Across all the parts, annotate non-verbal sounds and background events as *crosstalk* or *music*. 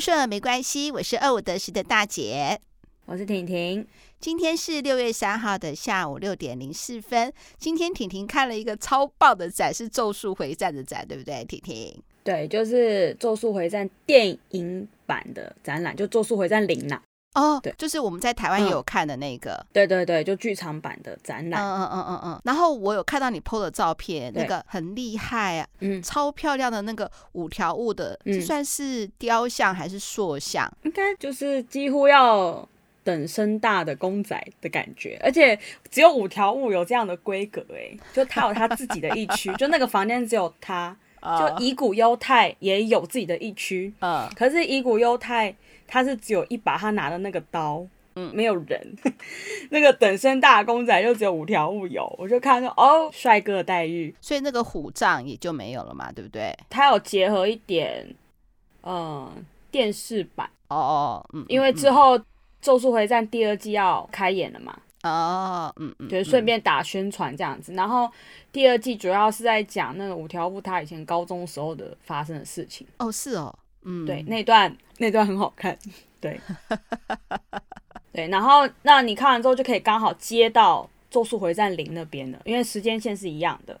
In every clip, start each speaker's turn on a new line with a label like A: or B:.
A: 顺没关系，我是二五得十的大姐。
B: 我是婷婷，
A: 今天是六月三号的下午六点零四分。今天婷婷看了一个超棒的展，是《咒术回战》的展，对不对？婷婷，
B: 对，就是《咒术回战》电影版的展览，就《咒术回战零》呐，
A: 哦
B: 对，嗯
A: 就是我们在台湾也有看的那个，
B: 对对对，就剧场版的展
A: 嗯
B: 览，
A: 嗯嗯嗯嗯。然后我有看到你 PO 的照片，那
B: 对
A: 个很厉害啊，
B: 嗯，
A: 超漂亮的那个五条悟的，
B: 嗯
A: 这算是雕像还是塑像？
B: 应该就是几乎要等身大的公仔的感觉，而且只有五条悟有这样的规格、欸，就他有他自己的一区，就那个房间只有他，
A: 哦
B: 就乙骨忧太也有自己的一区，
A: 呃，
B: 可是乙骨忧太他是只有一把他拿的那个刀。
A: 嗯
B: 没有人， *laughs* 那个等身大的公仔就只有五条悟有，我就看到哦，帅哥的待遇，
A: 所以那个虎杖也就没有了嘛，对不对？
B: 他有结合一点，呃，电视版，
A: 哦哦，嗯，
B: 因为
A: 嗯
B: 之后《咒术回战》第二季要开演了嘛，
A: 嗯哦，嗯嗯，
B: 对，
A: 嗯
B: 顺便打宣传这样子。然后第二季主要是在讲那个五条悟他以前高中时候的发生的事情，
A: 哦是哦，嗯，
B: 对，那段那段很好看，对， *laughs* 对，然后那你看完之后就可以刚好接到《咒术回战零》那边了，因为时间线是一样的，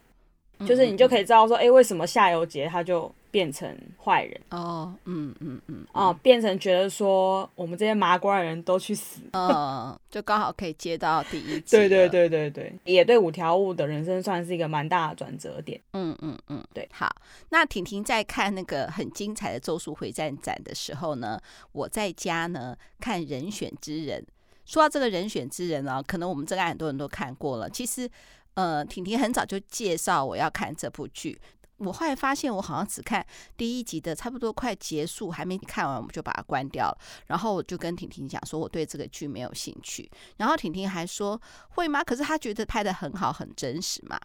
A: 嗯
B: 就是你就
A: 以
B: 可以知道说，哎、为什么夏油杰他就变成坏人
A: 哦，嗯嗯嗯，
B: 啊、变成觉得说我们这些麻瓜的人都去死
A: 嗯，就刚好可以接到第一集，
B: 对对，对对对，也对五条悟的人生算是一个蛮大的转折点。
A: 嗯嗯嗯，
B: 对。
A: 好，那婷婷在看那个很精彩的《咒术回战》展的时候呢，我在家呢看《人选之人》。说到这个《人选之人》呢，可能我们这个很多人都看过了。其实，呃，婷婷很早就介绍我要看这部剧。我后来发现，我好像只看第一集的，差不多快结束，还没看完，我们就把它关掉了。然后我就跟婷婷讲说，我对这个剧没有兴趣。然后婷婷还说会吗？可是她觉得拍的很好，很真实嘛。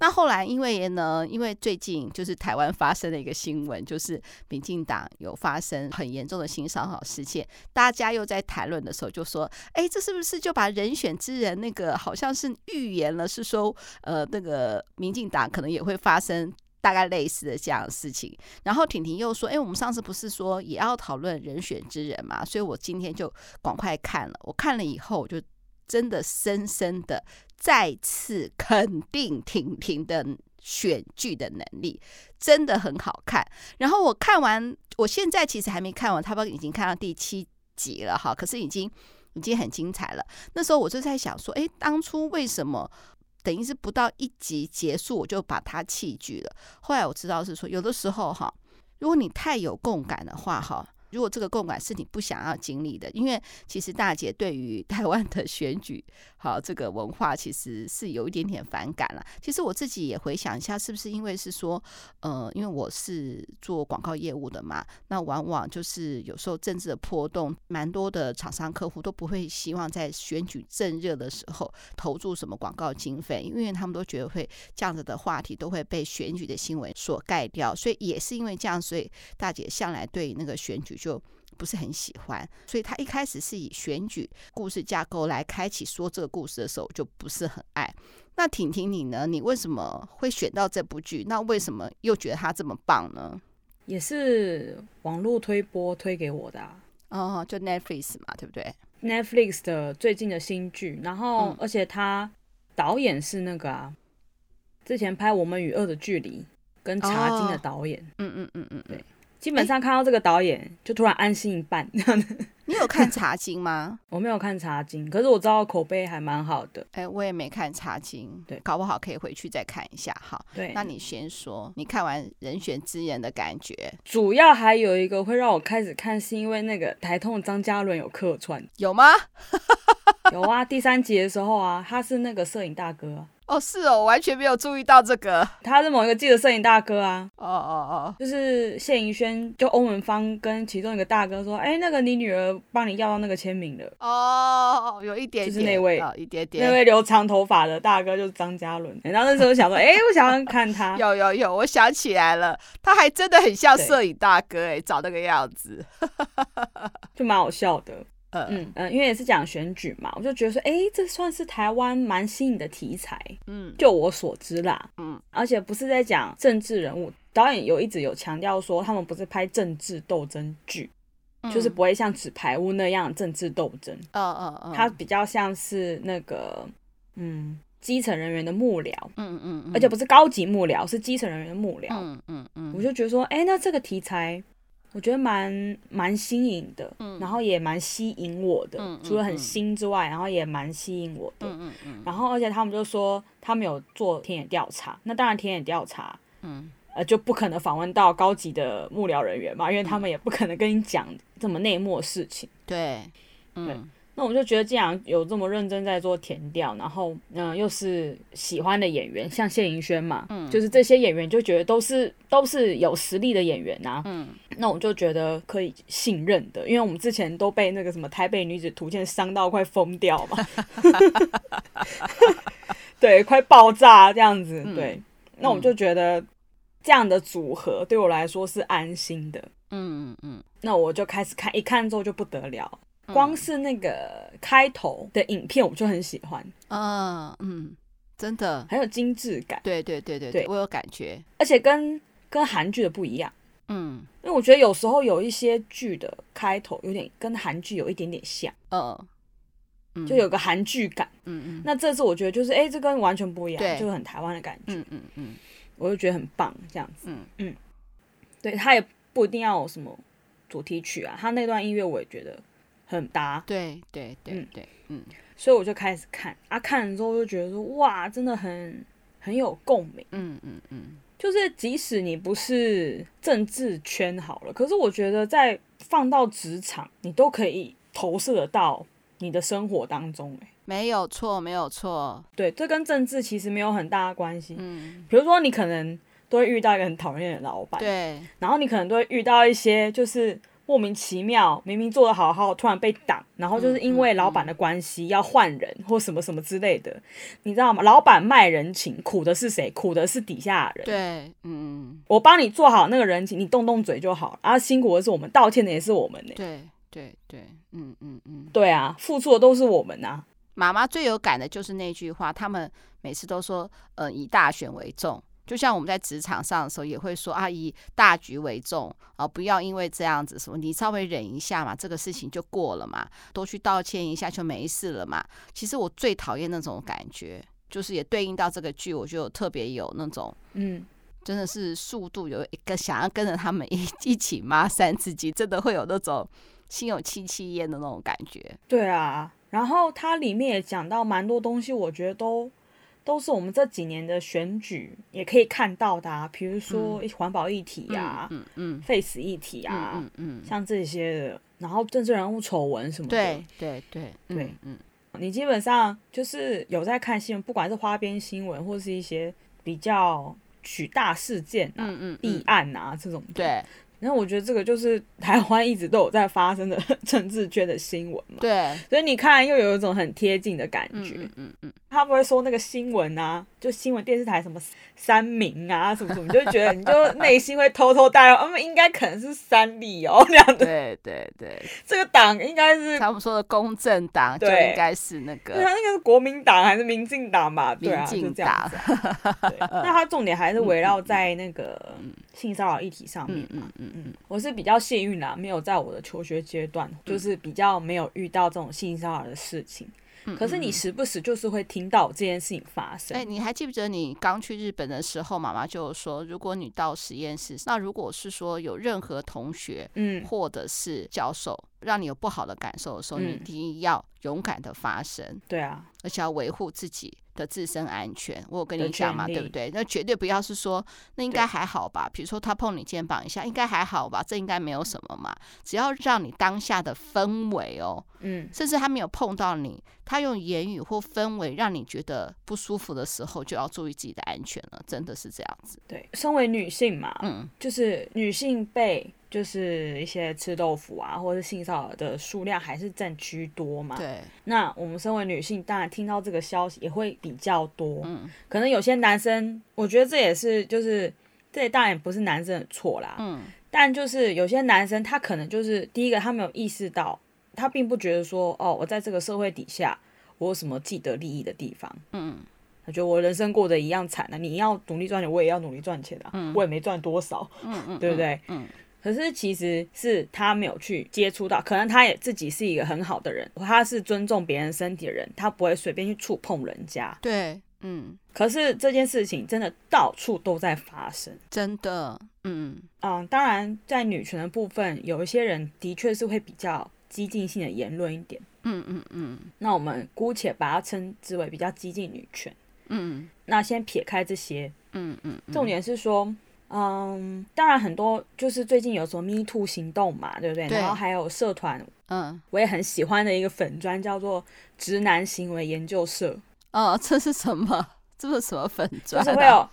A: 那后来因为呢，因为最近就是台湾发生了一个新闻，就是民进党有发生很严重的性骚扰事件，大家又在谈论的时候就说，哎，这是不是就把人选之人那个好像是预言了，是说呃那个民进党可能也会发生。大概类似的这样的事情，然后婷婷又说：“哎、我们上次不是说也要讨论人选之人嘛？所以我今天就赶快看了。我看了以后，我就真的深深的再次肯定婷婷的选剧的能力，真的很好看。然后我看完，我现在其实还没看完，差不多已经看到第七集了哈，可是已经已经很精彩了。那时候我就在想说，诶，当初为什么？等于是不到一集结束，我就把它弃剧了。后来我知道是说，有的时候哈，如果你太有共感的话哈，如果这个共感是你不想要经历的，因为其实大姐对于台湾的选举好，这个文化其实是有一点点反感了。其实我自己也回想一下，是不是因为是说，呃，因为我是做广告业务的嘛，那往往就是有时候政治的波动，蛮多的厂商客户都不会希望在选举正热的时候投注什么广告经费，因为他们都觉得会这样子的话题都会被选举的新闻所盖掉，所以也是因为这样，所以大姐向来对那个选举就。不是很喜欢，所以她一开始是以选举故事架构来开启说这个故事的时候，我就不是很爱。那婷婷你呢？你为什么会选到这部剧？那为什么又觉得它这么棒呢？
B: 也是网络推播推给我的、啊、
A: 哦，就 Netflix 嘛，对不对？
B: Netflix 的最近的新剧，然后、
A: 嗯
B: 而且他导演是那个啊，之前拍《我们与恶的距离》跟《茶经》的导演，
A: 嗯嗯嗯嗯嗯。
B: 基本上看到这个导演就突然安心一半。 *laughs* 这样子
A: 你有看《茶经》吗？
B: 我没有看《茶经》，可是我知道口碑还蛮好的。
A: *laughs* 哎，我也没看《茶经》，
B: 对
A: 搞不好可以回去再看一下哈。
B: 对，
A: 那你先说，你看完《人选之人》的感觉
B: 主要还有一个会让我开始看，是因为那个台通的张嘉伦有客串，
A: 有吗？
B: 有啊，第三集的时候啊，他是那个摄影大哥、啊，
A: *laughs* 哦，是哦，我完全没有注意到这个。
B: 他是某一个记者摄影大哥啊，
A: 哦哦
B: 就是谢盈萱，就欧文芳跟其中一个大哥说，哎、那个你女儿帮你要到那个签名了。
A: 哦哦，有一点点，
B: 就是那位
A: 哦、一点点，
B: 那位留长头发的大哥就是张
A: *laughs*
B: 嘉伦，然后那时候想说，哎、我想要看他，
A: 有有有，我想起来了，他还真的很像
B: 啊对
A: 摄影大哥哎，长那个样子。
B: 就蛮好笑的。
A: 呃，嗯
B: 嗯嗯，因为也是讲选举嘛，我就觉得说，哎、这算是台湾蛮新颖的题材，
A: 嗯
B: 就我所知啦。
A: 嗯，
B: 而且不是在讲政治人物，导演有一直有强调说，他们不是拍政治斗争剧，
A: 嗯
B: 就是不会像纸牌屋那样政治斗争，
A: 哦哦哦，
B: 它比较像是那个嗯基层人员的幕僚，
A: 嗯嗯嗯，
B: 而且不是高级幕僚，是基层人员的幕僚。
A: 嗯嗯嗯，
B: 我就觉得说，哎、那这个题材我觉得蛮蛮新颖的，然后也蛮吸引我的。
A: 嗯嗯嗯
B: 除了很
A: 嗯
B: 新之外，然后也蛮吸引我的。
A: 嗯嗯
B: 然后而且他们就说他们有做田野调查，那当然田野调查，
A: 嗯
B: 呃，就不可能访问到高级的幕僚人员嘛，因为他们也不可能跟你讲这么内幕的事情。
A: 嗯，对，嗯
B: 那我就觉得，既然有这么认真在做填调，然后嗯、呃又是喜欢的演员，像谢盈萱嘛，嗯，就是这些演员就觉得都是都是有实力的演员呐、
A: 嗯，
B: 那我就觉得可以信任的，因为我们之前都被那个什么台北女子图鉴伤到快疯掉
A: *laughs*
B: 嘛，对，快爆炸这样子，
A: 嗯
B: 对，那我就觉得这样的组合对我来说是安心的，
A: 嗯嗯
B: 那我就开始看，一看之后就不得了。
A: 嗯，
B: 光是那个开头的影片，我就很喜欢，
A: 啊嗯，真的，
B: 很有精致感，
A: 对对对对
B: 对
A: 我有感觉，
B: 而且跟跟韩剧的不一样。
A: 嗯
B: 因为我觉得有时候有一些剧的开头有点跟韩剧有一点点像，
A: 呃，嗯
B: 就有个韩剧感。
A: 嗯嗯
B: 那这次我觉得就是，哎、这跟完全不一
A: 对
B: 样，就是很台湾的感觉，
A: 嗯嗯嗯
B: 我就觉得很棒。这样子，
A: 嗯
B: 嗯，对，它也不一定要有什么主题曲啊，它那段音乐我也觉得很搭，
A: 对对对
B: 嗯
A: 对，嗯
B: 所以我就开始看啊，看了之后就觉得说，哇，真的很很有共鸣。
A: 嗯嗯嗯
B: 就是即使你不是政治圈好了，可是我觉得在放到职场，你都可以投射得到你的生活当中、欸。
A: 没有错，没有错，
B: 对，这跟政治其实没有很大的关系。
A: 嗯，
B: 比如说，你可能都会遇到一个很讨厌的老板，
A: 对，
B: 然后你可能都会遇到一些就是莫名其妙，明明做的好好，突然被挡，然后就是因
A: 嗯
B: 为老板的关系要换人或什么什么之类的，你知道吗？老板卖人情，苦的是谁？苦的是底下的人。
A: 对，嗯，
B: 我帮你做好那个人情，你动动嘴就好。啊，辛苦的是我们，道歉的也是我们呢、
A: 对对对，嗯嗯嗯，
B: 对啊，付出的都是我们呐、
A: 妈妈最有感的就是那句话，他们每次都说，呃，以大选为重。就像我们在职场上的时候，也会说啊，以大局为重啊，不要因为这样子什么，你稍微忍一下嘛，这个事情就过了嘛，多去道歉一下就没事了嘛。其实我最讨厌那种感觉，就是也对应到这个剧，我就特别有那种
B: 嗯，
A: 真的是速度有一个想要跟着他们一 *laughs* 一起骂三自己，真的会有那种心有戚戚焉的那种感觉。
B: 对啊。然后它里面也讲到蛮多东西，我觉得都都是我们这几年的选举也可以看到的、啊，比如说环保议题啊、
A: 嗯嗯
B: face 议题啊，
A: 嗯嗯嗯，
B: 像这些的。然后政治人物丑闻什么的，
A: 对对对
B: 对，
A: 嗯
B: 你基本上就是有在看新闻，不管是花边新闻或是一些比较举大事件啊，
A: 嗯嗯
B: 弊
A: 嗯，
B: 案啊这种。，
A: 对
B: 然后我觉得这个就是台湾一直都有在发生的 *laughs* 政治圈的新闻嘛，
A: 对，
B: 所以你看又有一种很贴近的感觉。
A: 嗯嗯
B: *laughs*
A: 嗯
B: 他不会说那个新闻啊，就新闻电视台什么三明啊什么什么，你就觉得你就内心会偷偷带入， *laughs* 嗯，应该可能是三立哦 *laughs* 那样
A: 嗯，
B: 的，
A: 对
B: *laughs*
A: 对对，
B: 这个党应该是。
A: 他们说的公正党就
B: 对
A: 应该是那
B: 对
A: 个
B: 啊，那个是国民党还是民进党吧？对
A: 民
B: 啊，就
A: 进
B: 这样
A: 党
B: 子。，啊
A: *laughs*
B: 对那它重点还是围绕在那个性骚扰议题上面
A: 嗯
B: 嘛
A: 嗯。嗯嗯，
B: 我是比较幸运啦，没有在我的求学阶段，就是比较没有遇到这种性骚扰的事情。可是你时不时就是会听到这件事情发生。
A: 嗯哎，你还记不记得你刚去日本的时候，妈妈就说，如果你到实验室，那如果是说有任何同学
B: 嗯，
A: 或者是教授，让你有不好的感受的时候，你
B: 嗯
A: 第一要勇敢的发声，
B: 对啊，
A: 而且要维护自己的自身安全。我有跟
B: 的
A: 你讲嘛，
B: 权
A: 对不
B: 利
A: 对？那绝对不要是说那应该还好吧，比如说他碰你肩膀一下，应该还好吧，这应该没有什么嘛。只要让你当下的氛围哦，
B: 嗯，
A: 甚至他没有碰到你，他用言语或氛围让你觉得不舒服的时候，就要注意自己的安全了。真的是这样子，
B: 对。身为女性嘛，
A: 嗯
B: 就是女性被就是一些吃豆腐啊，或者是性骚扰的数量还是占居多嘛。
A: 对，
B: 那我们身为女性，当然听到这个消息也会比较多。
A: 嗯
B: 可能有些男生，我觉得这也是就是。这当然也不是男生的错啦，
A: 嗯
B: 但就是有些男生，他可能就是第一个，他没有意识到，他并不觉得说，哦，我在这个社会底下，我有什么既得利益的地方。
A: 嗯
B: 他觉得我人生过得一样惨啊，你要努力赚钱，我也要努力赚钱啊，我也没赚多少，
A: 嗯嗯嗯，
B: 对不对？
A: 嗯？嗯
B: 可是其实是他没有去接触到，可能他也自己是一个很好的人，他是尊重别人身体的人，他不会随便去触碰人家。
A: 对，嗯，
B: 可是这件事情真的到处都在发生。
A: 真的，嗯，
B: 嗯，当然在女权的部分，有一些人的确是会比较激进性的言论一点。
A: 嗯嗯嗯
B: 那我们姑且把它称之为比较激进女权。
A: 嗯
B: 那先撇开这些，
A: 嗯嗯嗯，
B: 重点是说，嗯，当然很多就是最近有什么 Me Too 行动嘛，对不对？
A: 对
B: 然后还有社团，
A: 嗯
B: 我也很喜欢的一个粉专叫做“直男行为研究社
A: 哦，这是什么？这是什么粉”，
B: 就
A: 砖、
B: 是会
A: 啊？
B: 有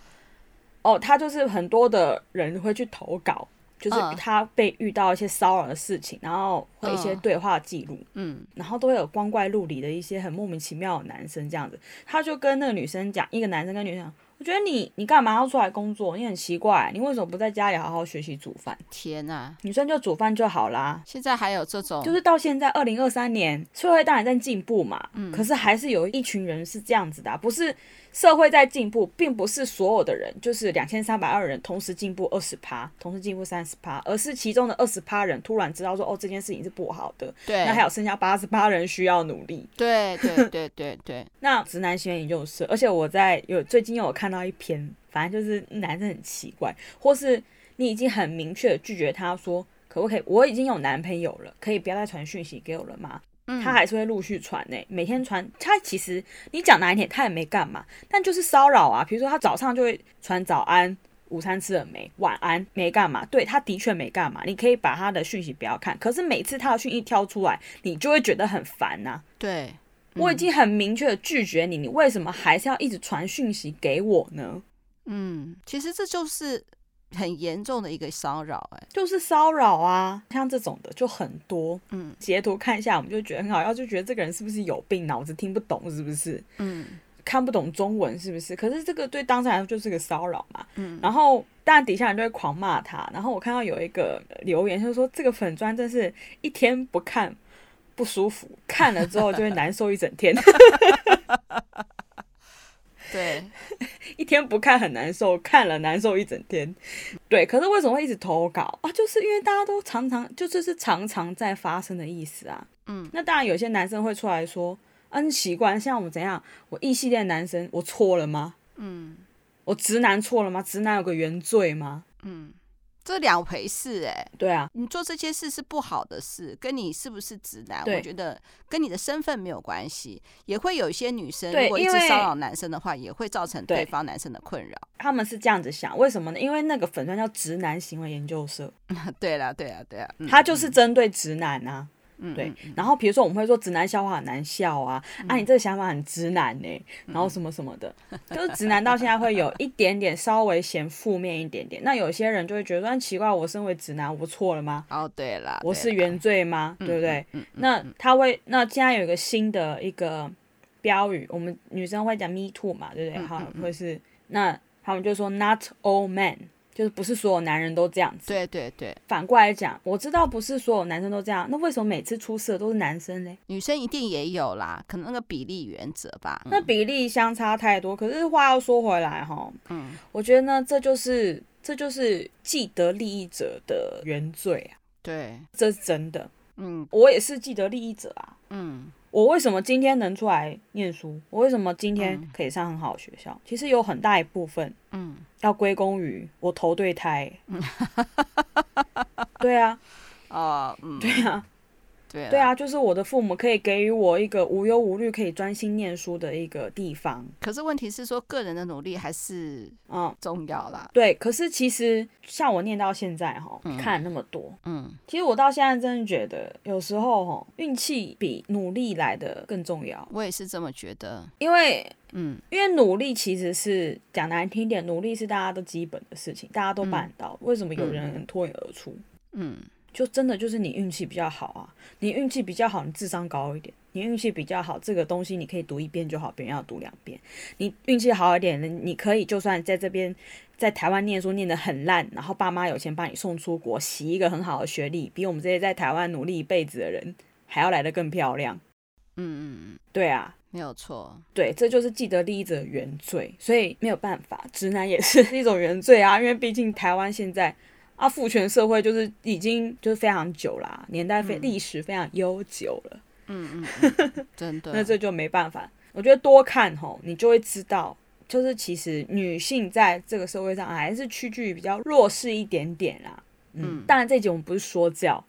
B: 哦，他就是很多的人会去投稿，就是
A: 嗯
B: 他被遇到一些骚扰的事情，然后会一些
A: 嗯
B: 对话记录，
A: 嗯
B: 然后都会有光怪陆离的一些很莫名其妙的男生这样子，他就跟那个女生讲，一个男生跟女生讲，我觉得你你干嘛要出来工作？你很奇怪，你为什么不在家里好好学习煮饭？
A: 天哪、
B: 女生就煮饭就好啦。
A: 现在还有这种，
B: 就是到现在二零二三年，社会当然在进步嘛，可是还是有一群人是这样子的啊、不是社会在进步，并不是所有的人就是两千三百二人同时进步二十趴，同时进步三十趴，而是其中的二十趴人突然知道说哦这件事情是不好的，
A: 对，
B: 那还有剩下八十八人需要努力。
A: 对对对对对，
B: 那直男行为研究社，而且我在有最近有看到一篇，反正就是男生很奇怪，或是你已经很明确地拒绝他说，可不可以？我已经有男朋友了，可以不要再传讯息给我了吗？
A: 嗯，
B: 他还是会陆续传呢、每天传。他其实你讲难一点，他也没干嘛，但就是骚扰啊。比如说他早上就会传早安。午餐吃了没？晚安没干嘛？对，他的确没干嘛。你可以把他的讯息不要看，可是每次他的讯息挑出来，你就会觉得很烦呐、
A: 对，
B: 我已经很明确的拒绝你，你为什么还是要一直传讯息给我呢？
A: 嗯，其实这就是很严重的一个骚扰、哎，
B: 就是骚扰啊，像这种的就很多。
A: 嗯
B: 截图看一下，我们就觉得很好笑，就觉得这个人是不是有病，脑子听不懂是不是？
A: 嗯
B: 看不懂中文是不是？可是这个对当事人来说就是个骚扰嘛。
A: 嗯，
B: 然后当然底下人就会狂骂他。然后我看到有一个呃留言，就是说这个粉砖真是一天不看不舒服，看了之后就会难受一整天。
A: 对，
B: 一天不看很难受，看了难受一整天。对，可是为什么会一直投稿啊？就是因为大家都常常就这是常常在发生的意思啊。
A: 嗯，
B: 那当然有些男生会出来说，嗯、你习惯像我怎样，我异系恋男生我错了吗？
A: 嗯
B: 我直男错了吗？直男有个原罪吗？
A: 嗯，这两回事、哎，
B: 对啊，
A: 你做这些事是不好的事，跟你是不是直男，我
B: 对
A: 觉得跟你的身份没有关系。也会有一些女生，
B: 对
A: 如果一直
B: 因为
A: 骚扰男生的话，也会造成对
B: 对
A: 方男生的困扰。 *laughs*
B: 他们是这样子想，为什么呢？因为那个粉钻叫直男行为研究社，
A: 对啦，对啦，对啦，嗯
B: 它就是针对直男啊。
A: 嗯
B: 对
A: 嗯，
B: 然后比如说我们会说直男笑话很难笑啊，啊，你这个想法很直男呢、
A: 嗯
B: 然后什么什么的，就是直男到现在会有一点点稍微嫌负面一点点。 *laughs* 那有些人就会觉得，很啊奇怪，我身为直男，我错了吗？
A: 哦，对啦，
B: 我
A: 对
B: 是
A: 啦
B: 原罪吗？对不对？
A: 嗯
B: 那他会，那现在有一个新的一个标语，我们女生会讲 “me too” 嘛，对不对？
A: 嗯
B: 好，或是那他们就说 “not all men”，就是不是所有男人都这样子。
A: 对对对，
B: 反过来讲，我知道不是所有男生都这样，那为什么每次出事的都是男生嘞？
A: 女生一定也有啦，可能那个比例原则吧。
B: 那比例相差太多。可是话要说回来哈，
A: 嗯，
B: 我觉得呢，这就是这就是既得利益者的原罪啊，
A: 对，
B: 这是真的。
A: 嗯
B: 我也是既得利益者啊。
A: 嗯，
B: 我为什么今天能出来念书？我为什么今天可以上很好的学校？其实有很大一部分，
A: 嗯，
B: 要归功于我投对胎。欸对啊，
A: 哦，嗯，
B: *laughs* 对啊，
A: 对啦
B: 对，啊，就是我的父母可以给予我一个无忧无虑、可以专心念书的一个地方。
A: 可是问题是说，个人的努力还是
B: 嗯，
A: 重要啦。
B: 对，可是其实像我念到现在哈，看了那么多，
A: 嗯，
B: 其实我到现在真的觉得，有时候哈，运气比努力来的更重要，
A: 我也是这么觉得。
B: 因为
A: 嗯，
B: 因为努力其实是讲难听一点，努力是大家都基本的事情，大家都办得到，为什么有人能脱颖而出？
A: 嗯，
B: 就真的就是你运气比较好啊，你运气比较好，你智商高一点。你运气比较好，这个东西你可以读一遍就好，别人要读两遍。你运气好一点，你你可以就算在这边在台湾念书念得很烂，然后爸妈有钱把你送出国，洗一个很好的学历，比我们这些在台湾努力一辈子的人还要来得更漂亮。
A: 嗯嗯嗯，
B: 对啊，
A: 没有错。
B: 对，这就是既得利益者的 *laughs* 原罪，所以没有办法，直男也是一种原罪啊，因为毕竟台湾现在啊，父权社会就是已经就是非常久啦，年代非历、史非常悠久了，
A: 嗯嗯嗯，真的。
B: *laughs* 那这就没办法。我觉得多看吼，你就会知道，就是其实女性在这个社会上还是屈居于比较弱势一点点啦。嗯，当然这一集我们不是说教，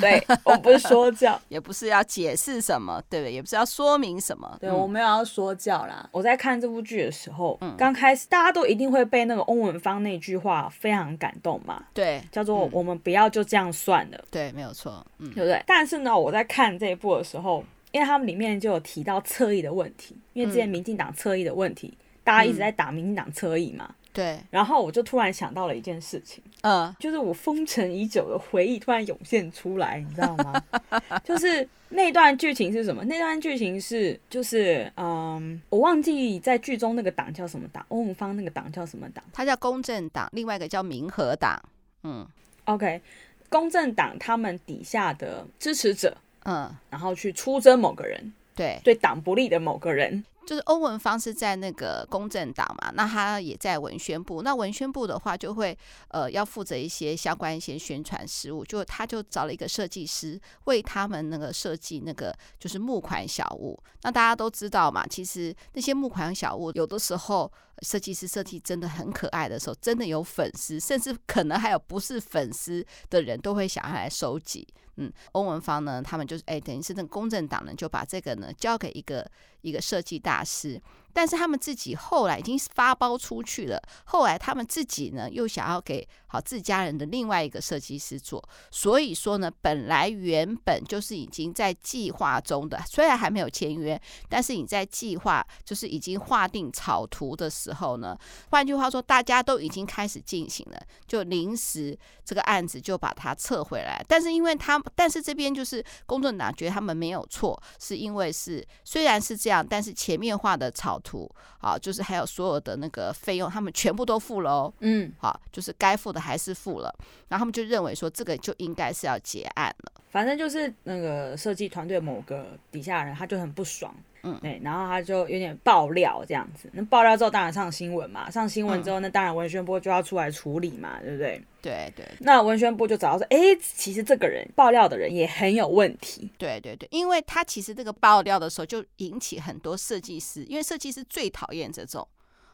B: 对， *laughs* 对我们不是说教，
A: 也不是要解释什么，对不对？也不是要说明什么，嗯
B: 对，我没有要说教啦。嗯我在看这部剧的时候，刚开始大家都一定会被那个翁文芳那句话非常感动嘛，
A: 对
B: 叫做“我们不要就这样算了”，
A: 对，没有错，嗯
B: 对不对？但是呢，我在看这一部的时候，因为他们里面就有提到侧翼的问题，因为之前民进党侧翼的问题，大家一直在打民进党侧翼嘛，
A: 对，
B: 然后我就突然想到了一件事情。
A: 嗯
B: 就是我封尘已久的回忆突然涌现出来，你知道吗？ *laughs* 就是那段剧情是什么？那段剧情是就是嗯，我忘记在剧中那个党叫什么党，欧文芳那个党叫什么党
A: 它叫公正党，另外一个叫民和党，嗯
B: ？OK，公正党他们底下的支持者，
A: 嗯，
B: 然后去出征某个人，
A: 对，
B: 对党不利的某个人。
A: 就是欧文芳是在那个公正党嘛，那他也在文宣部。那文宣部的话，就会呃要负责一些相关一些宣传事务，就他就找了一个设计师为他们那个设计那个就是募款小物。那大家都知道嘛，其实那些募款小物有的时候。设计师设计真的很可爱的时候，真的有粉丝，甚至可能还有不是粉丝的人都会想要来收集。嗯，欧文芳呢，他们就是哎，等于是那个公正党呢，就把这个呢交给一个一个设计大师，但是他们自己后来已经发包出去了，后来他们自己呢又想要给好自家人的另外一个设计师做，所以说呢，本来原本就是已经在计划中的，虽然还没有签约，但是你在计划就是已经划定草图的时候呢，换句话说，大家都已经开始进行了，就临时这个案子就把它撤回来。但是因为他，但是这边就是公正党觉得他们没有错，是因为是虽然是这样，但是前面画的草图啊，就是还有所有的那个费用，他们全部都付了哦。
B: 嗯，
A: 好，就是该付的还是付了，然后他们就认为说这个就应该是要结案了。
B: 反正就是那个设计团队某个底下的人，他就很不爽，
A: 嗯
B: 对，然后他就有点爆料这样子。那爆料之后，当然上新闻嘛，上新
A: 嗯
B: 闻之后，那当然文宣部就要出来处理嘛，对不对？
A: 对对
B: 那文宣部就找到说，哎、其实这个人爆料的人也很有问题，
A: 对对对，因为他其实这个爆料的时候，就引起很多设计师，因为设计师最讨厌这种。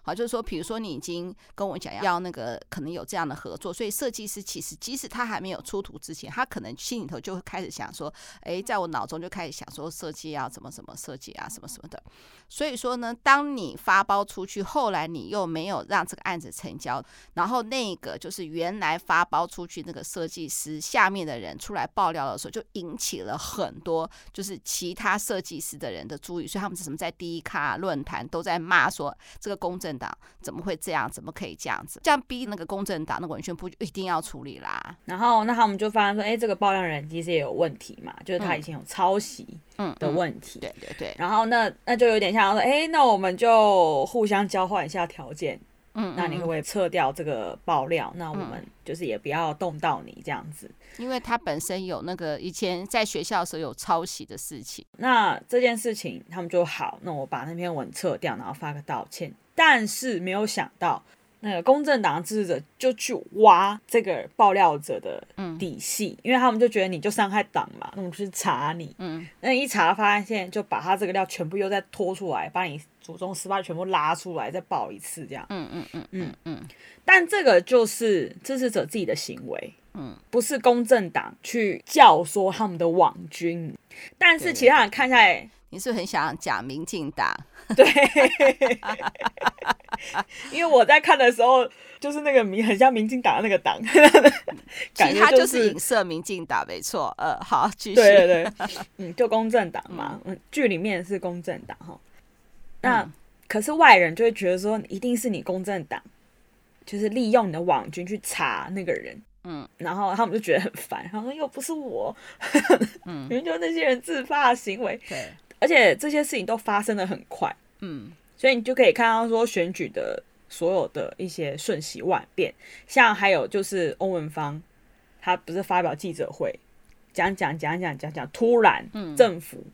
A: 好，就是说，比如说你已经跟我讲要那个，可能有这样的合作，所以设计师其实即使他还没有出图之前，他可能心里头就会开始想说，诶，在我脑中就开始想说设计要怎么怎么设计啊，什么什么的。所以说呢，当你发包出去，后来你又没有让这个案子成交，然后那个就是原来发包出去那个设计师下面的人出来爆料的时候，就引起了很多就是其他设计师的人的注意，所以他们是什么在第一咖论坛都在骂说这个公正党怎么会这样，怎么可以这样子，这样逼那个公正党那个文宣部就一定要处理啦。
B: 然后那他们就发现说，哎、这个爆料人其实也有问题嘛，就是他以前有抄袭
A: 嗯，
B: 的
A: 嗯
B: 问题。
A: 对对对，
B: 然后那那就有点像说，哎、那我们就互相交换一下条件，
A: 嗯，
B: 那你可
A: 嗯
B: 不可以撤掉这个爆料？那我们就是也不要动到你这样子。
A: 因为他本身有那个以前在学校的时候有抄袭的事情，
B: 那这件事情他们就好，那我把那篇文撤掉，然后发个道歉。但是没有想到，那个公正党支持者就去挖这个爆料者的
A: 嗯
B: 底细，因为他们就觉得你就伤害党嘛，那我们去查你。
A: 嗯，
B: 那一查发现，就把他这个料全部又再拖出来，把你祖宗十八全部拉出来，再爆一次这样。
A: 嗯嗯嗯嗯嗯，
B: 但这个就是支持者自己的行为，
A: 嗯，
B: 不是公正党去教唆他们的网军。但是其他人看下来，
A: 你是不是很想讲民进党？
B: 因为我在看的时候，就是那个民很像民进党的那个党， *laughs*
A: 其
B: 感
A: 实
B: 觉
A: 他
B: 就
A: 就是影射民进党，没错。呃，好，继续。
B: 对对对， *laughs* 嗯，就公正党嘛，嗯，剧里面是公正党哈。
A: 嗯
B: 那、可是外人就会觉得说，一定是你公正党，就是利用你的网军去查那个人，
A: 嗯，
B: 然后他们就觉得很烦，他们又不是我，嗯， *laughs* 明明就是那些人自发的行为，
A: 对
B: 而且这些事情都发生的很快，
A: 嗯
B: 所以你就可以看到说选举的所有的一些瞬息万变，像还有就是欧文芳，他不是发表记者会，讲讲讲讲讲讲，突然
A: 嗯
B: 政府，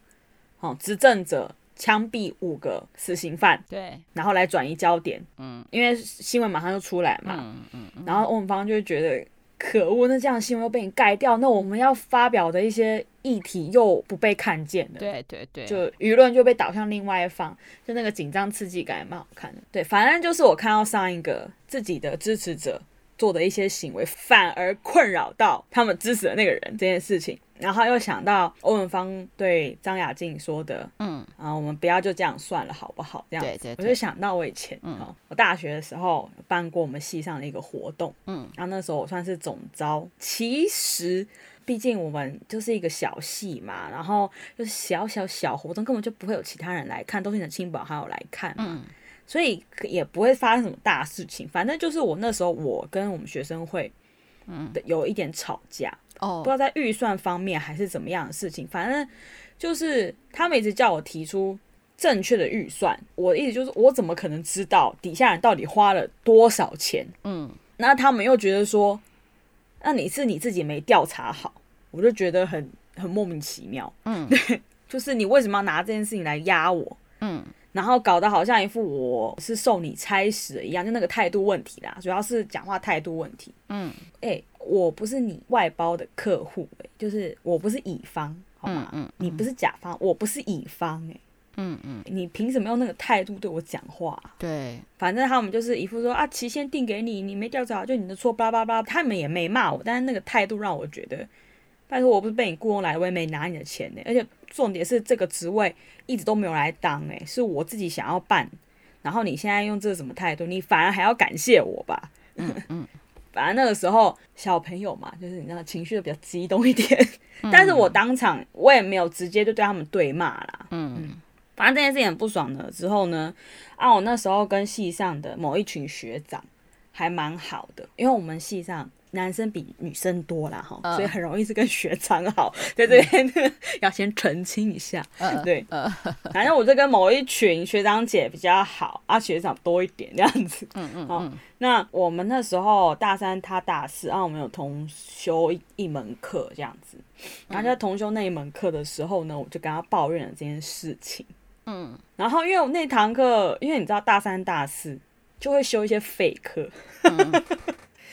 B: 哦执政者枪毙五个死刑犯，
A: 对，
B: 然后来转移焦点，
A: 嗯
B: 因为新闻马上就出来嘛。
A: 嗯嗯嗯，
B: 然后我们方就会觉得可恶，那这样的新闻又被你盖掉，那我们要发表的一些议题又不被看见了，
A: 对对对，
B: 就舆论就被导向另外一方，就那个紧张刺激感也蛮好看的。对，反正就是我看到上一个自己的支持者做的一些行为，反而困扰到他们支持的那个人这件事情。然后又想到欧文芳对张雅静说的，
A: 嗯
B: 啊，我们不要就这样算了，好不好？这样子，
A: 对嗯对
B: 我
A: 对
B: 就想到我以前、哦，我大学的时候有办过我们系上的一个活动，
A: 嗯，
B: 然后那时候我算是总招。其实，毕竟我们就是一个小系嘛，然后就是小小小活动，根本就不会有其他人来看，都是你的亲朋好友来看嘛，
A: 嗯
B: 所以也不会发生什么大事情。反正就是我那时候，我跟我们学生会，嗯，有一点吵架，不知
A: 哦，
B: 道在预算方面还是怎么样的事情，反正就是他们一直叫我提出正确的预算，我一直就是我怎么可能知道底下人到底花了多少钱？
A: 嗯，
B: 那他们又觉得说，那你是你自己没调查好，我就觉得很很莫名其妙， *laughs*
A: 嗯
B: 就是你为什么要拿这件事情来压我？
A: 嗯
B: 然后搞得好像一副我是受你差使的一样，就那个态度问题啦，主要是讲话态度问题。
A: 嗯
B: 哎、我不是你外包的客户、欸，就是我不是乙方，好吗？
A: 嗯嗯
B: 你不是甲方，我不是乙方、欸，
A: 嗯嗯，
B: 你凭什么用那个态度对我讲话啊、
A: 对，
B: 反正他们就是一副说啊，期限定给你，你没调查好就你的错，巴拉巴拉。他们也没骂我，但是那个态度让我觉得，拜托，我不是被你雇佣来，我也没拿你的钱欸呢、而且重点是这个职位一直都没有来当、欸，是我自己想要办。然后你现在用这什么态度？你反而还要感谢我吧？
A: 嗯嗯，
B: 反正那个时候小朋友嘛，就是你知道情绪比较激动一点，
A: 嗯
B: *laughs* 但是我当场我也没有直接就对他们对骂啦。
A: 嗯
B: 反正这件事情很不爽了之后呢，啊，我那时候跟系上的某一群学长还蛮好的，因为我们系上男生比女生多啦哈，
A: 嗯
B: 所以很容易是跟学长好，在这边 *laughs* 要先澄清一下。
A: 嗯
B: 对，
A: 呃
B: 反正我就跟某一群学长姐比较好，啊，学长多一点这样子。
A: 嗯嗯
B: 哦
A: 嗯，
B: 那我们那时候大三，他大四，啊，我们有同修一一门课这样子。
A: 嗯
B: 然后在同修那一门课的时候呢，我就跟他抱怨了这件事情。
A: 嗯，
B: 然后因为我那堂课，因为你知道大三大四就会修一些废课，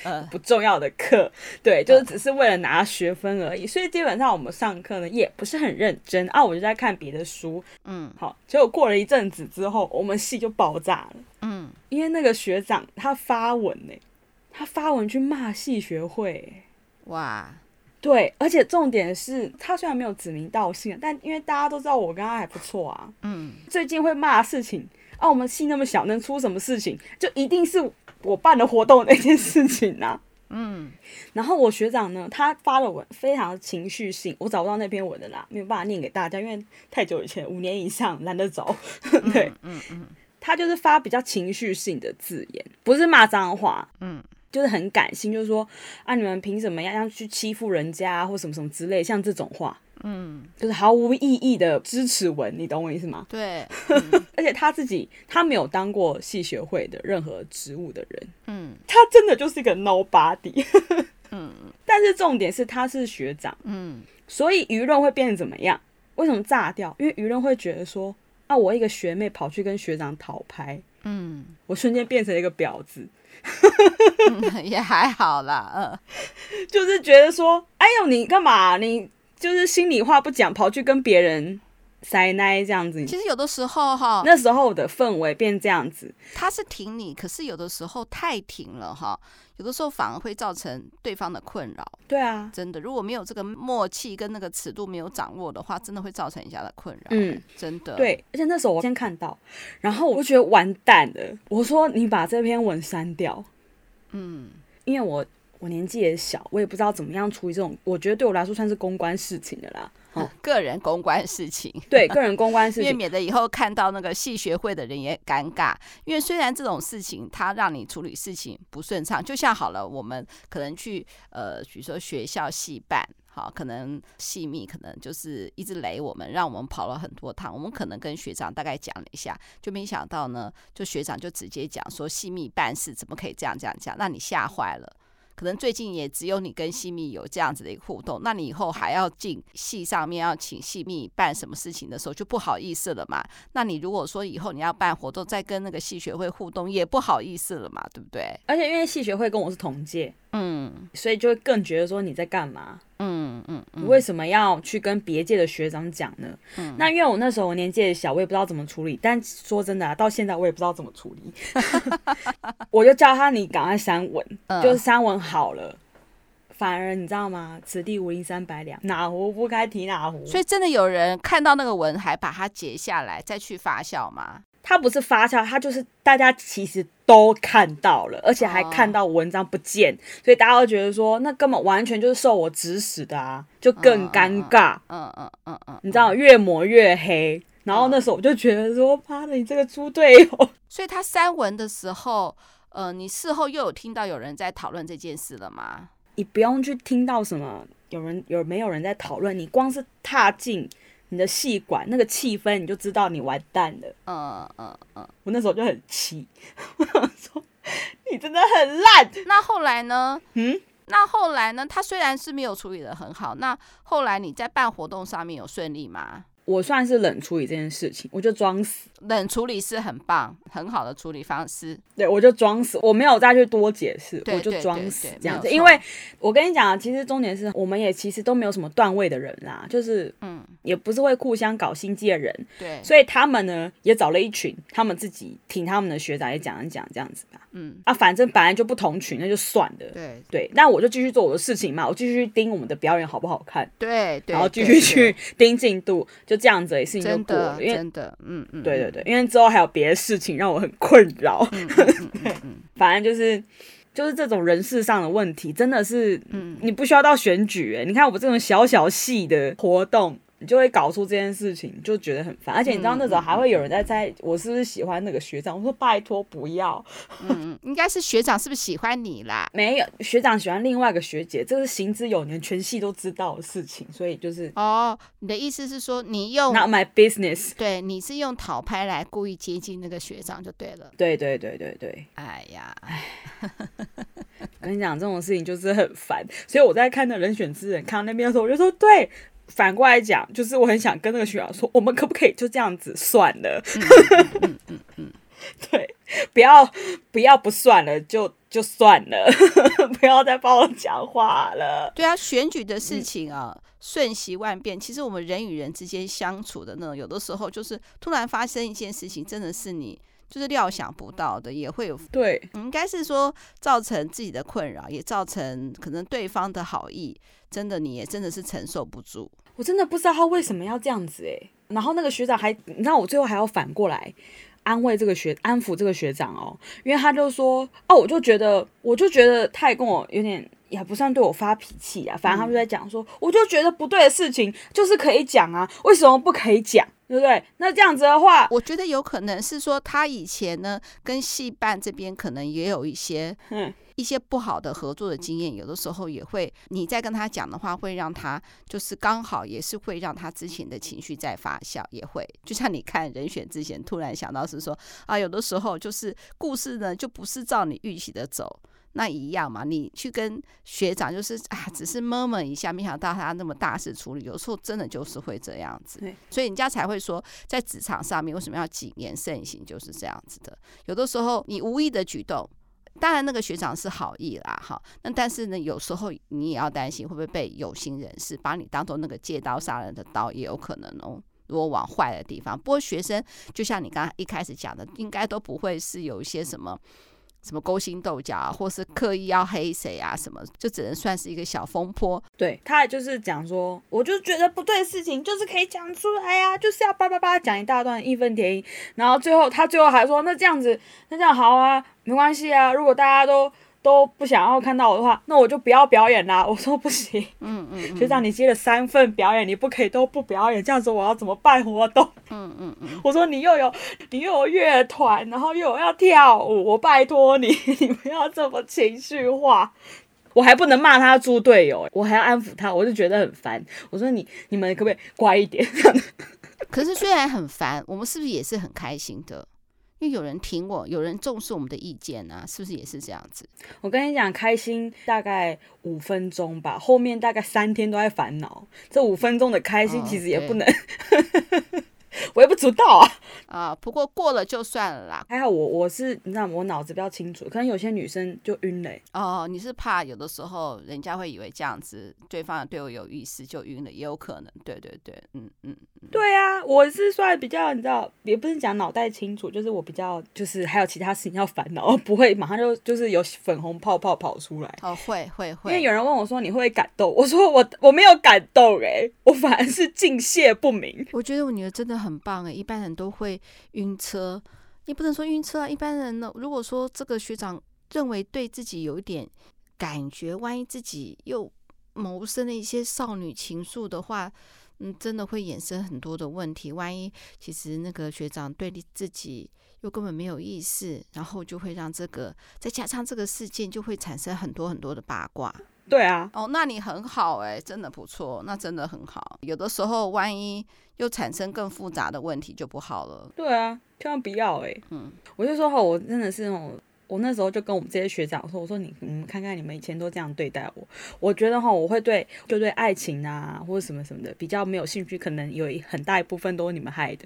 A: 呃
B: 不重要的课，对，就是只是为了拿学分而已。所以基本上我们上课呢也不是很认真啊，我就在看别的书。
A: 嗯
B: 好，结果过了一阵子之后，我们系就爆炸了。
A: 嗯，
B: 因为那个学长他发文呢、他发文去骂系学会欸、
A: 哇，
B: 对，而且重点是他虽然没有指名道姓，但因为大家都知道我跟他还不错啊，
A: 嗯
B: 最近会骂的事情啊，我们系那么小，能出什么事情？就一定是我办的活动那件事情啊。
A: 嗯
B: 然后我学长呢，他发了文，非常情绪性，我找不到那篇文的啦，没有办法念给大家，因为太久以前，五年以上，懒得找。 *laughs* 对，
A: 嗯嗯
B: 他就是发比较情绪性的字眼，不是骂脏话，
A: 嗯，
B: 就是很感性，就是说啊，你们凭什么要要去欺负人家、啊、或什么什么之类，像这种话，
A: 嗯，
B: 就是毫无意义的支持文，你懂我意思吗？
A: 对，
B: 而且他自己他没有当过系学会的任何职务的人，
A: 嗯
B: 他真的就是一个 nobody。 *laughs*
A: 嗯
B: 但是重点是他是学长，
A: 嗯
B: 所以舆论会变成怎么样？为什么炸掉？因为舆论会觉得说啊，我一个学妹跑去跟学长讨拍，
A: 嗯，
B: 我瞬间变成一个婊子。
A: 嗯 *laughs* 也还好啦，嗯。
B: 就是觉得说，哎呦，你干嘛？你就是心里话不讲，跑去跟别人塞奶这样子。
A: 其实有的时候哈，
B: 那时候的氛围变这样子，
A: 他是挺你，可是有的时候太挺了哈，有的时候反而会造成对方的困扰。
B: 对啊，
A: 真的，如果没有这个默契跟那个尺度没有掌握的话，真的会造成人家的困扰。
B: 嗯，
A: 真的，，
B: 对。而且那时候我先看到，然后我就觉得完蛋了。我说你把这篇文删掉，
A: 嗯
B: 因为我我年纪也小，我也不知道怎么样处理这种，我觉得对我来说算是公关事情的啦。哦，
A: *laughs* 个人公关事情。 *laughs*
B: 对，个人公关事
A: 因为
B: 情，
A: 免得以后看到那个戏学会的人也尴尬。因为虽然这种事情，它让你处理事情不顺畅，就像好了，我们可能去呃，比如说学校戏办。好，可能戏密可能就是一直雷我们，让我们跑了很多趟。我们可能跟学长大概讲了一下，就没想到呢，就学长就直接讲说戏密办事怎么可以这样这样这样，让你吓坏了。可能最近也只有你跟西密有这样子的一个互动，那你以后还要进戏上面要请西密办什么事情的时候就不好意思了嘛。那你如果说以后你要办活动，再跟那个戏学会互动也不好意思了嘛，对不对？
B: 而且因为戏学会跟我是同届，
A: 嗯
B: 所以就会更觉得说你在干嘛？
A: 嗯嗯
B: 你
A: 嗯，
B: 为什么要去跟别届的学长讲呢？那因为我那时候我年纪也小，我也不知道怎么处理。但说真的啊，到现在我也不知道怎么处理。 *laughs* 我就叫他你赶快删文，
A: 嗯
B: 就是删文好了。反而你知道吗？此地无银三百两，哪壶不开提哪壶。
A: 所以真的有人看到那个文还把它截下来再去发酵吗？
B: 他不是发酵，他就是大家其实都看到了，而且还
A: 哦
B: 看到文章不见，所以大家都觉得说那根本完全就是受我指使的啊，就更尴尬。
A: 嗯嗯嗯嗯，
B: 你知道，越抹越黑。然后那时候我就觉得说，妈的，你这个猪队友！
A: 所以他删文的时候，呃，你事后又有听到有人在讨论这件事了吗？
B: *laughs* 你不用去听到什么有人有没有人在讨论，你光是踏进你的戏馆那个气氛，你就知道你完蛋了。
A: 嗯嗯嗯。
B: 我那时候就很气， *laughs* 我想说你真的很烂。
A: *laughs* 那后来呢？
B: 嗯，
A: 那后来呢？他虽然是没有处理的很好，那后来你在办活动上面有顺利吗？
B: 我算是冷处理这件事情，我就装死，
A: 冷处理是很棒，很好的处理方式。
B: 对我就装死，我没有再去多解释，
A: 对
B: 我就
A: 对
B: 装
A: 对
B: 死
A: 对
B: 这样
A: 没
B: 子。
A: 有错
B: 因为我跟你讲啊，其实重点是我们也其实都没有什么段位的人啦，就是
A: 嗯，
B: 也不是会互相搞心机的人，
A: 对，
B: 所以他们呢也找了一群他们自己听他们的学长也讲一讲这样子吧。
A: 嗯，
B: 啊，反正本来就不同群，那就算了。
A: 对
B: 对，那我就继续做我的事情嘛，我继续盯我们的表演好不好看，
A: 对对，
B: 然后继
A: 对 *laughs*
B: 续，去 *laughs* 盯进度，就这样子，事情
A: 对
B: 就
A: 真
B: 过
A: 的
B: 了。因为
A: 真的，嗯嗯，
B: 对对对，因为之后还有别的事情让我很困扰，
A: 嗯，嗯嗯嗯嗯
B: *laughs* 反正就是就是这种人事上的问题，真的是
A: 嗯嗯，
B: 你不需要到选举、欸，你看我这种小小细的活动，你就会搞出这件事情，就觉得很烦。而且你知
A: 嗯
B: 道那时候还会有人在猜我是不是喜欢那个学长，我说拜托不要，
A: 嗯应该是学长是不是喜欢你啦？
B: 没有学长喜欢另外一个学姐，这是行之有年，全系都知道的事情，所以就是
A: 哦，你的意思是说你用
B: not my business。
A: 对，你是用讨拍来故意接近那个学长就对了。
B: 对对对对对，
A: 哎呀，
B: 我跟你讲这种事情就是很烦，所以我在看那人选之人看到那边的时候，我就说对。反过来讲，就是我很想跟那个学长说，我们可不可以就这样子算了？ *laughs* 对，不要不要不算了，就就算了， *laughs* 不要再帮我讲话了。
A: 对啊，选举的事情啊，瞬息万变。其实我们人与人之间相处的那种，有的时候就是突然发生一件事情，真的是你就是料想不到的，也会有，
B: 对
A: 嗯应该是说造成自己的困扰，也造成可能对方的好意，真的你也真的是承受不住。
B: 我真的不知道他为什么要这样子哎、然后那个学长还，你知道我最后还要反过来安慰这个学安抚这个学长哦，因为他就说哦，我就觉得我就觉得他也跟我有点。也不算对我发脾气啊，反正他们就在讲说，我就觉得不对的事情就是可以讲啊，为什么不可以讲，对不对？那这样子的话，
A: 我觉得有可能是说他以前呢跟戏班这边可能也有一些
B: 嗯，
A: 一些不好的合作的经验，有的时候也会，你再跟他讲的话，会让他就是刚好也是会让他之前的情绪在发酵，也会就像你看人选之前突然想到是说啊，有的时候就是故事呢就不是照你预期的走。那一样嘛，你去跟学长就是啊，只是 murmur 一下，没想到他那么大事处理，有时候真的就是会这样子
B: 对，
A: 所以人家才会说，在职场上面为什么要谨言慎行，就是这样子的。有的时候你无意的举动，当然，那个学长是好意啦，哈。那但是呢，有时候你也要担心会不会被有心人士把你当做那个借刀杀人的刀，也有可能哦。如果往坏的地方，不过学生就像你刚刚一开始讲的，应该都不会是有一些什么什么勾心斗角啊，或是刻意要黑谁啊什么，就只能算是一个小风波。
B: 对他就是讲说，我就觉得不对的事情就是可以讲出来呀、就是要叭叭叭讲一大段义愤填膺，然后最后他最后还说，那这样子，那这样好啊，没关系啊，如果大家都都不想要看到我的话，那我就不要表演啦。我说不行，
A: 嗯嗯嗯
B: *laughs* 学长你接了三份表演，你不可以都不表演，这样子我要怎么办活动？
A: 嗯嗯嗯，
B: 我说你又有你又有乐团，然后又有要跳舞，我拜托你， *laughs* 你不要这么情绪化。我还不能骂他猪队友，欸我还要安抚他，我就觉得很烦。我说你你们可不可以乖一点？ *laughs*
A: 可是虽然很烦，我们是不是也是很开心的？因为有人挺我，有人重视我们的意见啊，是不是也是这样子？
B: 我跟你讲，开心大概五分钟吧，后面大概三天都在烦恼。这五分钟的开心
A: 哦
B: 其实也
A: 对
B: 不能 *laughs* 微不足道啊。
A: 啊，不过过了就算了啦。
B: 还好我我是你知道吗我脑子比较清楚，可能有些女生就晕嘞、欸
A: 哦，你是怕有的时候人家会以为这样子对方对我有意思就晕了，也有可能。对对对，嗯嗯，
B: 对啊，我是算比较你知道，也不是讲脑袋清楚，就是我比较就是还有其他事情要烦恼，不会马上就就是有粉红泡泡跑出来。
A: 哦，会会
B: 因为
A: 会，
B: 有人问我说你会不会感动，我说我我没有感动诶、我反而是敬谢不明。
A: 我觉得我女儿真的很棒哎，一般人都会晕车，也不能说晕车啊，一般人呢，如果说这个学长认为对自己有一点感觉，万一自己又萌生了一些少女情愫的话。嗯，真的会衍生很多的问题。万一其实那个学长对你自己又根本没有意思，然后就会让这个再加上这个事件，就会产生很多很多的八卦。
B: 对啊，
A: 哦，那你很好哎、真的不错，那真的很好。有的时候万一又产生更复杂的问题就不好了。
B: 对啊，千万不要诶、
A: 嗯，
B: 我就说吼，我真的是哦，我那时候就跟我们这些学长说，我说你你们看看你们以前都这样对待我，我觉得哈，我会对就对爱情啊或者什么什么的比较没有兴趣，可能有一很大一部分都是你们 *laughs* 害的。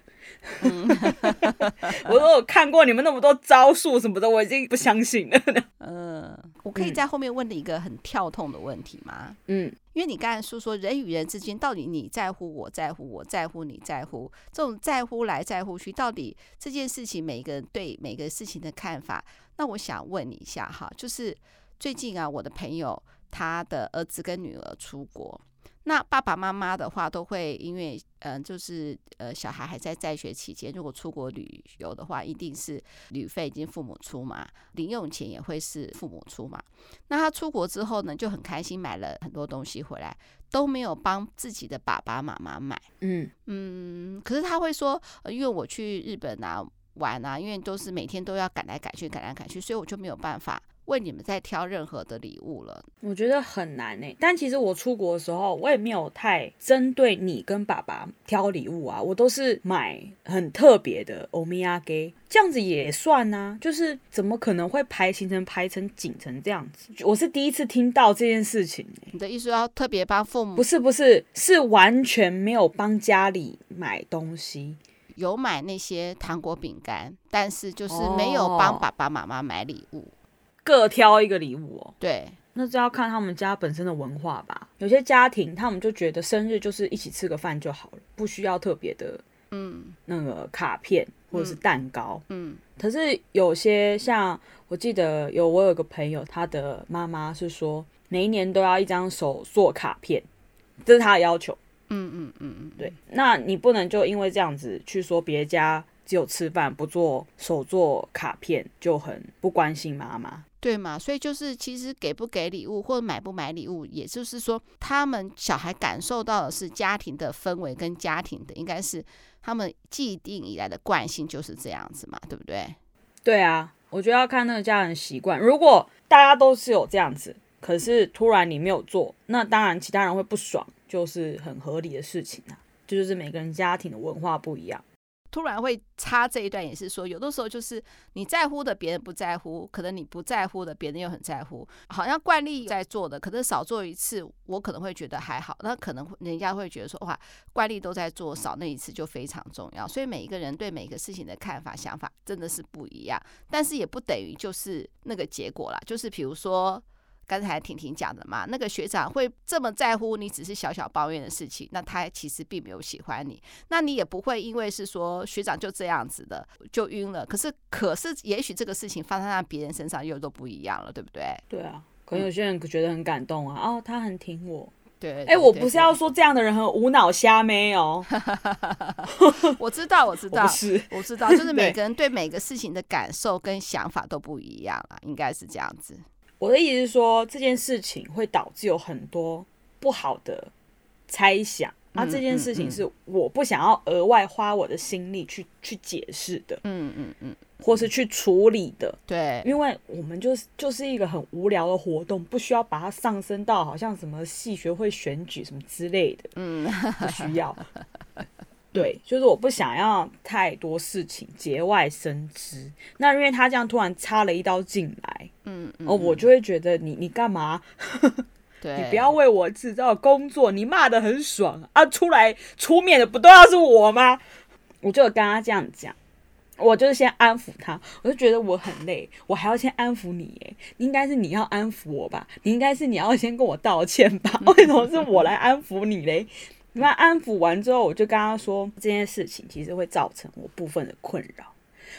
B: 我说我看过你们那么多招数什么的，我已经不相信了。
A: 嗯，我可以
B: 嗯
A: 在后面问你一个很跳痛的问题吗？
B: 嗯，
A: 因为你刚才说说人与人之间到底你在乎我在乎我在乎你在乎这种在乎来在乎去，到底这件事情每一个人对每个事情的看法，那我想问你一下哈，就是最近啊，我的朋友他的儿子跟女儿出国，那爸爸妈妈的话都会因为嗯、呃就是呃小孩还在在学期间，如果出国旅游的话，一定是旅费已经父母出嘛，零用钱也会是父母出嘛。那他出国之后呢，就很开心买了很多东西回来，都没有帮自己的爸爸妈妈买。
B: 嗯，
A: 嗯，可是他会说，呃因为我去日本啊玩啊，因为都是每天都要赶来赶去，赶来赶去，所以我就没有办法为你们再挑任何的礼物了。
B: 我觉得很难诶、但其实我出国的时候，我也没有太针对你跟爸爸挑礼物啊，我都是买很特别的欧米亚给，这样子也算啊。就是怎么可能会排行程排成紧成这样子？我是第一次听到这件事情、欸。
A: 你的意思要特别帮父母
B: 不是不是，是完全没有帮家里买东西。
A: 有买那些糖果饼干，但是就是没有帮
B: 哦
A: 爸爸妈妈买礼物。
B: 各挑一个礼物哦，
A: 对，
B: 那就要看他们家本身的文化吧。有些家庭他们就觉得生日就是一起吃个饭就好了，不需要特别的
A: 嗯
B: 那个卡片或者是蛋糕。
A: 嗯
B: 可是有些像我记得有我有个朋友，他的妈妈是说每一年都要一张手做卡片，这是他的要求。
A: 嗯嗯嗯嗯，
B: 对，那你不能就因为这样子去说别家只有吃饭不做手做卡片就很不关心妈妈。
A: 对嘛？所以就是其实给不给礼物或者买不买礼物，也就是说，他们小孩感受到的是家庭的氛围跟家庭的，应该是他们既定以来的惯性就是这样子嘛，对不对？
B: 对啊，我觉得要看那个家人习惯。如果大家都是有这样子，可是突然你没有做，那当然其他人会不爽，就是很合理的事情啊。这就是每个人家庭的文化不一样。
A: 突然会插这一段，也是说，有的时候就是你在乎的别人不在乎，可能你不在乎的别人又很在乎，好像惯例在做的，可是少做一次，我可能会觉得还好，那可能会人家会觉得说，哇，惯例都在做，少那一次就非常重要。所以每一个人对每个事情的看法、想法真的是不一样，但是也不等于就是那个结果啦，就是比如说。刚才婷婷讲的嘛，那个学长会这么在乎你，只是小小抱怨的事情，那他其实并没有喜欢你，那你也不会因为是说学长就这样子的就晕了。可是，可是也许这个事情发生在别人身上又都不一样了，对不对？
B: 对啊，可
A: 嗯
B: 能有些人觉得很感动啊，哦，他很挺我。
A: 对。
B: 哎、
A: 对
B: 我
A: 对
B: 不是
A: 对
B: 要说这样的人很无脑瞎妹哦，
A: *laughs* 我知道，我知
B: 我不
A: 道，
B: 是。
A: 我知道，
B: *laughs*
A: 就是每
B: 对
A: 个人对每个事情的感受跟想法都不一样啦，应该是这样子。
B: 我的意思是说，这件事情会导致有很多不好的猜想。啊，
A: 嗯
B: 这件
A: 嗯
B: 事情
A: 嗯
B: 是我不想要额外花我的心力去去解释的，
A: 嗯嗯嗯，
B: 或是去处理的，
A: 对，
B: 因为我们就是就是一个很无聊的活动，不需要把它上升到好像什么系学会选举什么之类的，
A: 嗯，
B: 不需要。 *laughs* 对，就是我不想要太多事情节外生枝。那因为他这样突然插了一刀进来，
A: 嗯，嗯
B: 哦，我就会觉得你你干嘛？
A: 对，
B: 你不要为我制造工作，你骂的很爽啊！出来出面的不都要是我吗？我就有跟他这样讲，我就是先安抚他，我就觉得我很累，我还要先安抚你，哎，应该是你要安抚我吧？你应该是你要先跟我道歉吧？为什么是我来安抚你嘞？那安抚完之后，我就跟他说这件事情其实会造成我部分的困扰，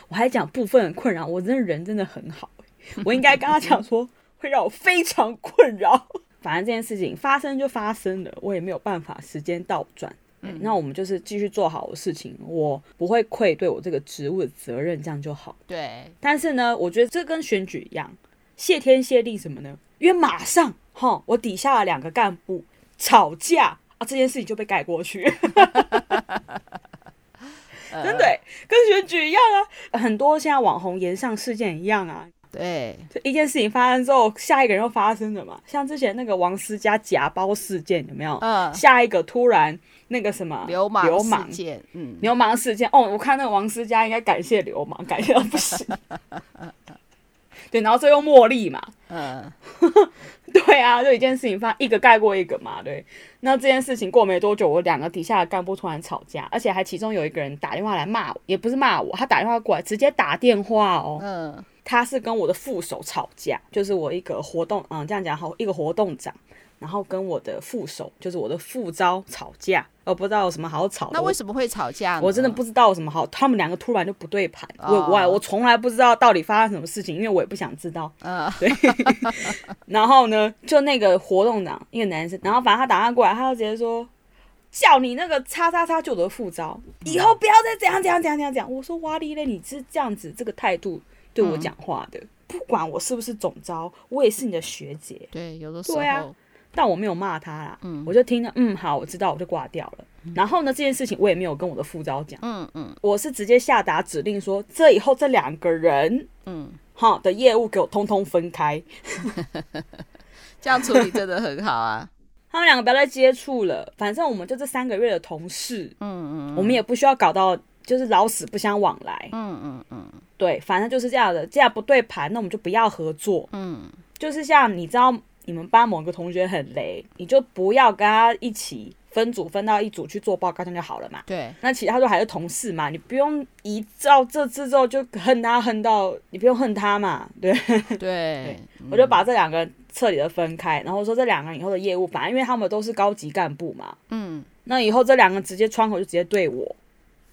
B: 我还讲部分的困扰，我真的人真的很好、欸我应该跟他讲说会让我非常困扰。反正这件事情发生就发生了，我也没有办法时间倒转。对那我们就是继续做好我的事情，我不会愧对我这个职务的责任，这样就好。
A: 对，
B: 但是呢，我觉得这跟选举一样，谢天谢地什么呢？因为马上哈，我底下的两个干部吵架啊，这件事情就被盖过去， *laughs*
A: 呃
B: 真的欸、跟选举一样啊。很多现在网红延上事件一样啊，
A: 对，
B: 就一件事情发生之后，下一个人又发生了嘛。像之前那个王思佳夹包事件有没有？
A: 嗯，
B: 下一个突然那个什么
A: 流氓
B: 流氓
A: 事件，嗯，
B: 流氓事件哦，我看那个王思佳应该感谢流氓，感谢到不行。 *laughs* 对，然后最后茉莉嘛，
A: 嗯，
B: 对啊，就一件事情发一个盖过一个嘛，对。那这件事情过没多久，我两个底下的干部突然吵架，而且还其中有一个人打电话来骂我，也不是骂我，他打电话过来直接打电话哦，
A: 嗯，
B: 他是跟我的副手吵架，就是我一个活动，嗯，这样讲好，一个活动长，然后跟我的副手，就是我的副招吵架，我不知道有什么好吵的。
A: 那
B: 我
A: 为什么会吵架呢？
B: 我真的不知道有什么好，他们两个突然就不对盘，我
A: 哦
B: 我我从来不知道到底发生什么事情，因为我也不想知道。 *laughs*
A: 嗯，
B: 然后呢，就那个活动长一个男生，然后反正他打电话过来，他就直接说。叫你那个叉叉叉就得副招，以
A: 嗯
B: 后不要再怎样怎样怎样怎样怎样。我说哇哩嘞，你是这样子这个态度对我讲话的，不管我是不是总招，我也是你的学姐，
A: 对，有的时候，
B: 对啊但我没有骂他啦，我就听着，嗯，好，我知道，我就挂掉了。然后呢，这件事情我也没有跟我的副招讲，
A: 嗯嗯
B: 我是直接下达指令说，这以后这两个人
A: 嗯，
B: 哈的业务给我通通分开，
A: 这样处理真的很好啊，
B: 他们两个不要再接触了。反正我们就这三个月的同事，
A: 嗯嗯
B: 我们也不需要搞到就是老死不相往来。
A: 嗯嗯嗯
B: 对，反正就是这样的，既然不对盘，那我们就不要合作。
A: 嗯，
B: 就是像你知道你们班某个同学很雷，你就不要跟他一起分组分到一组去做报告，这样就好了嘛。 *laughs*
A: 对，
B: 那其他都还是同事嘛，你不用一照这次之后就恨他恨到你不用恨他嘛，对。
A: 对，
B: 我
A: 嗯
B: 就把这两个人彻底的分开，然后说这两个人以后的业务，反正因为他们都是高级干部嘛，
A: 嗯，
B: 那以后这两个人直接窗口就直接对我，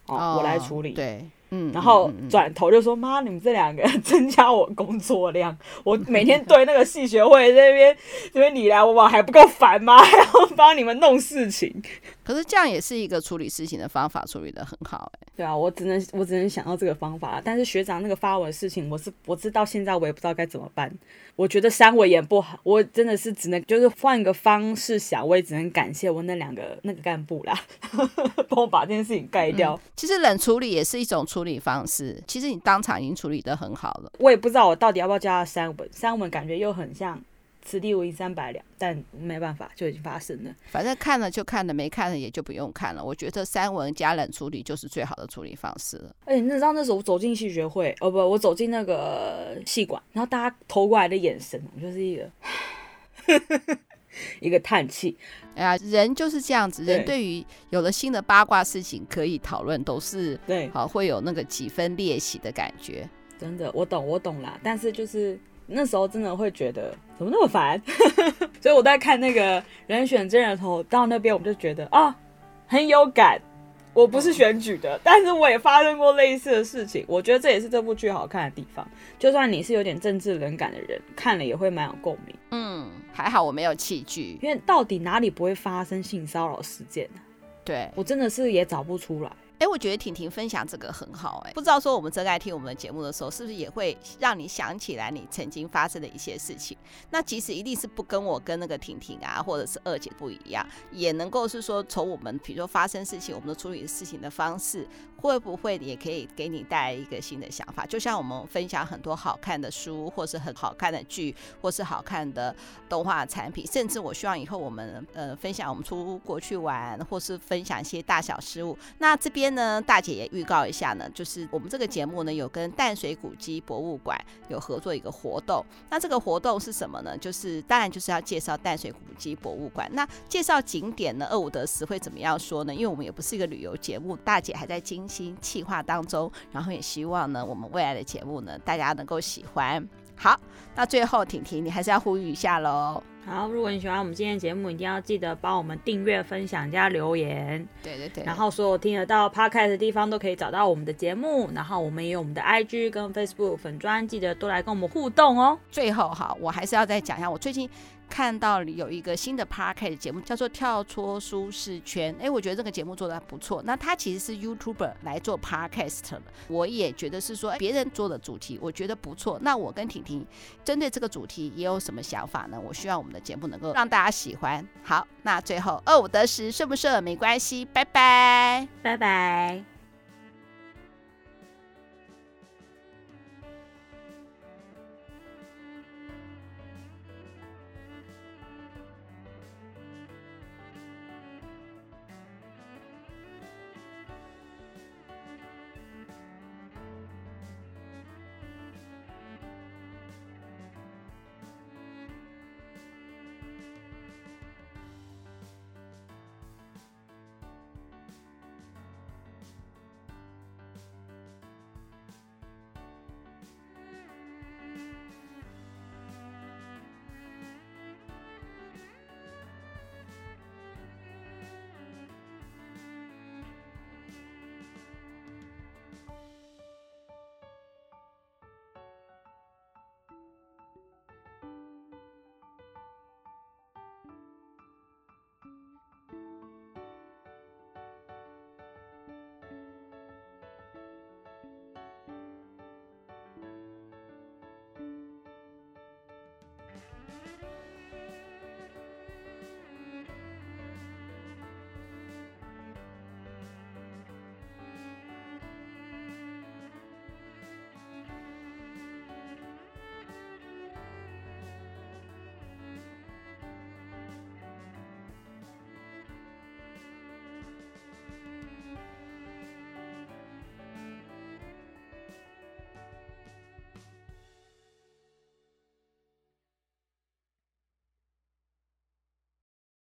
B: 哦，
A: 哦
B: 我来处理。
A: 对，嗯，
B: 然后
A: 嗯嗯嗯
B: 转头就说：“妈，你们这两个人 *laughs* 增加我工作量，我每天对那个系学会这边这边你来我往还不够烦吗？ *laughs* 还要帮你们弄事情。
A: 可是这样也是一个处理事情的方法，处理的很好、”欸
B: 对啊，我只能我只能想到这个方法，但是学长那个发文的事情，我是我是到现在我也不知道该怎么办。我觉得删我也不好，我真的是只能就是换个方式想，我也只能感谢我那两个那个干部啦， *laughs* 帮我把这件事情盖掉。
A: 哎，其实冷处理也是一种处理方式。其实你当场已经处理的很好了，
B: 我也不知道我到底要不要叫他删文，删文感觉又很像此地无银三百两，但没办法，就已经发生了。
A: 反正看了就看了，没看了也就不用看了。我觉得三文加冷处理就是最好的处理方式了。
B: 哎而且你知道那时候我走进戏学会，哦不，我走进那个戏馆，然后大家投过来的眼神，我就是一个 *laughs* 一个叹气。
A: 哎呀，人就是这样子，人
B: 对
A: 对于有了新的八卦事情可以讨论，都是
B: 对，
A: 好会有那个几分裂隙的感觉。
B: 真的，我懂，我懂啦。但是就是那时候真的会觉得怎么那么烦， *laughs* 所以我在看那个人选真人的时候，到那边我们就觉得啊很有感。我不是选举的，但是我也发生过类似的事情。我觉得这也是这部剧好看的地方。就算你是有点政治冷感的人，看了也会蛮有共鸣。
A: 嗯，还好我没有器具。
B: 因为到底哪里不会发生性骚扰事件呢、
A: 对，
B: 我真的是也找不出来。
A: 哎，我觉得婷婷分享这个很好哎、不知道说我们真爱听我们的节目的时候，是不是也会让你想起来你曾经发生的一些事情？那即使一定是不跟我跟那个婷婷啊，或者是二姐不一样，也能够是说从我们比如说发生事情，我们的处理事情的方式，会不会也可以给你带来一个新的想法？就像我们分享很多好看的书，或是很好看的剧，或是好看的动画产品，甚至我希望以后我们呃分享我们出国去玩，或是分享一些大小事物。那这边呢，大姐也预告一下呢，就是我们这个节目呢有跟淡水古迹博物馆有合作一个活动。那这个活动是什么呢？就是当然就是要介绍淡水古迹博物馆。那介绍景点呢，二五得十会怎么样说呢？因为我们也不是一个旅游节目，大姐还在精心企划当中，然后也希望呢，我们未来的节目呢，大家能够喜欢。好，那最后婷婷，你还是要呼吁一下喽。
B: 好，如果你喜欢我们今天的节目，一定要记得帮我们订阅、分享加留言。
A: 对对对，
B: 然后所有听得到 podcast 的地方都可以找到我们的节目，然后我们也有我们的 IG 跟 Facebook 粉专，记得多来跟我们互动哦。
A: 最后哈，我还是要再讲一下，我最近看到有一个新的 podcast 节目，叫做《跳出舒适圈》。哎，我觉得这个节目做的不错。那它其实是 YouTuber 来做 podcast 的，我也觉得是说哎别人做的主题，我觉得不错。那我跟婷婷针对这个主题也有什么想法呢？我希望我们的节目能够让大家喜欢。好，那最后二五得十顺不顺没关系，拜拜。
B: 拜拜。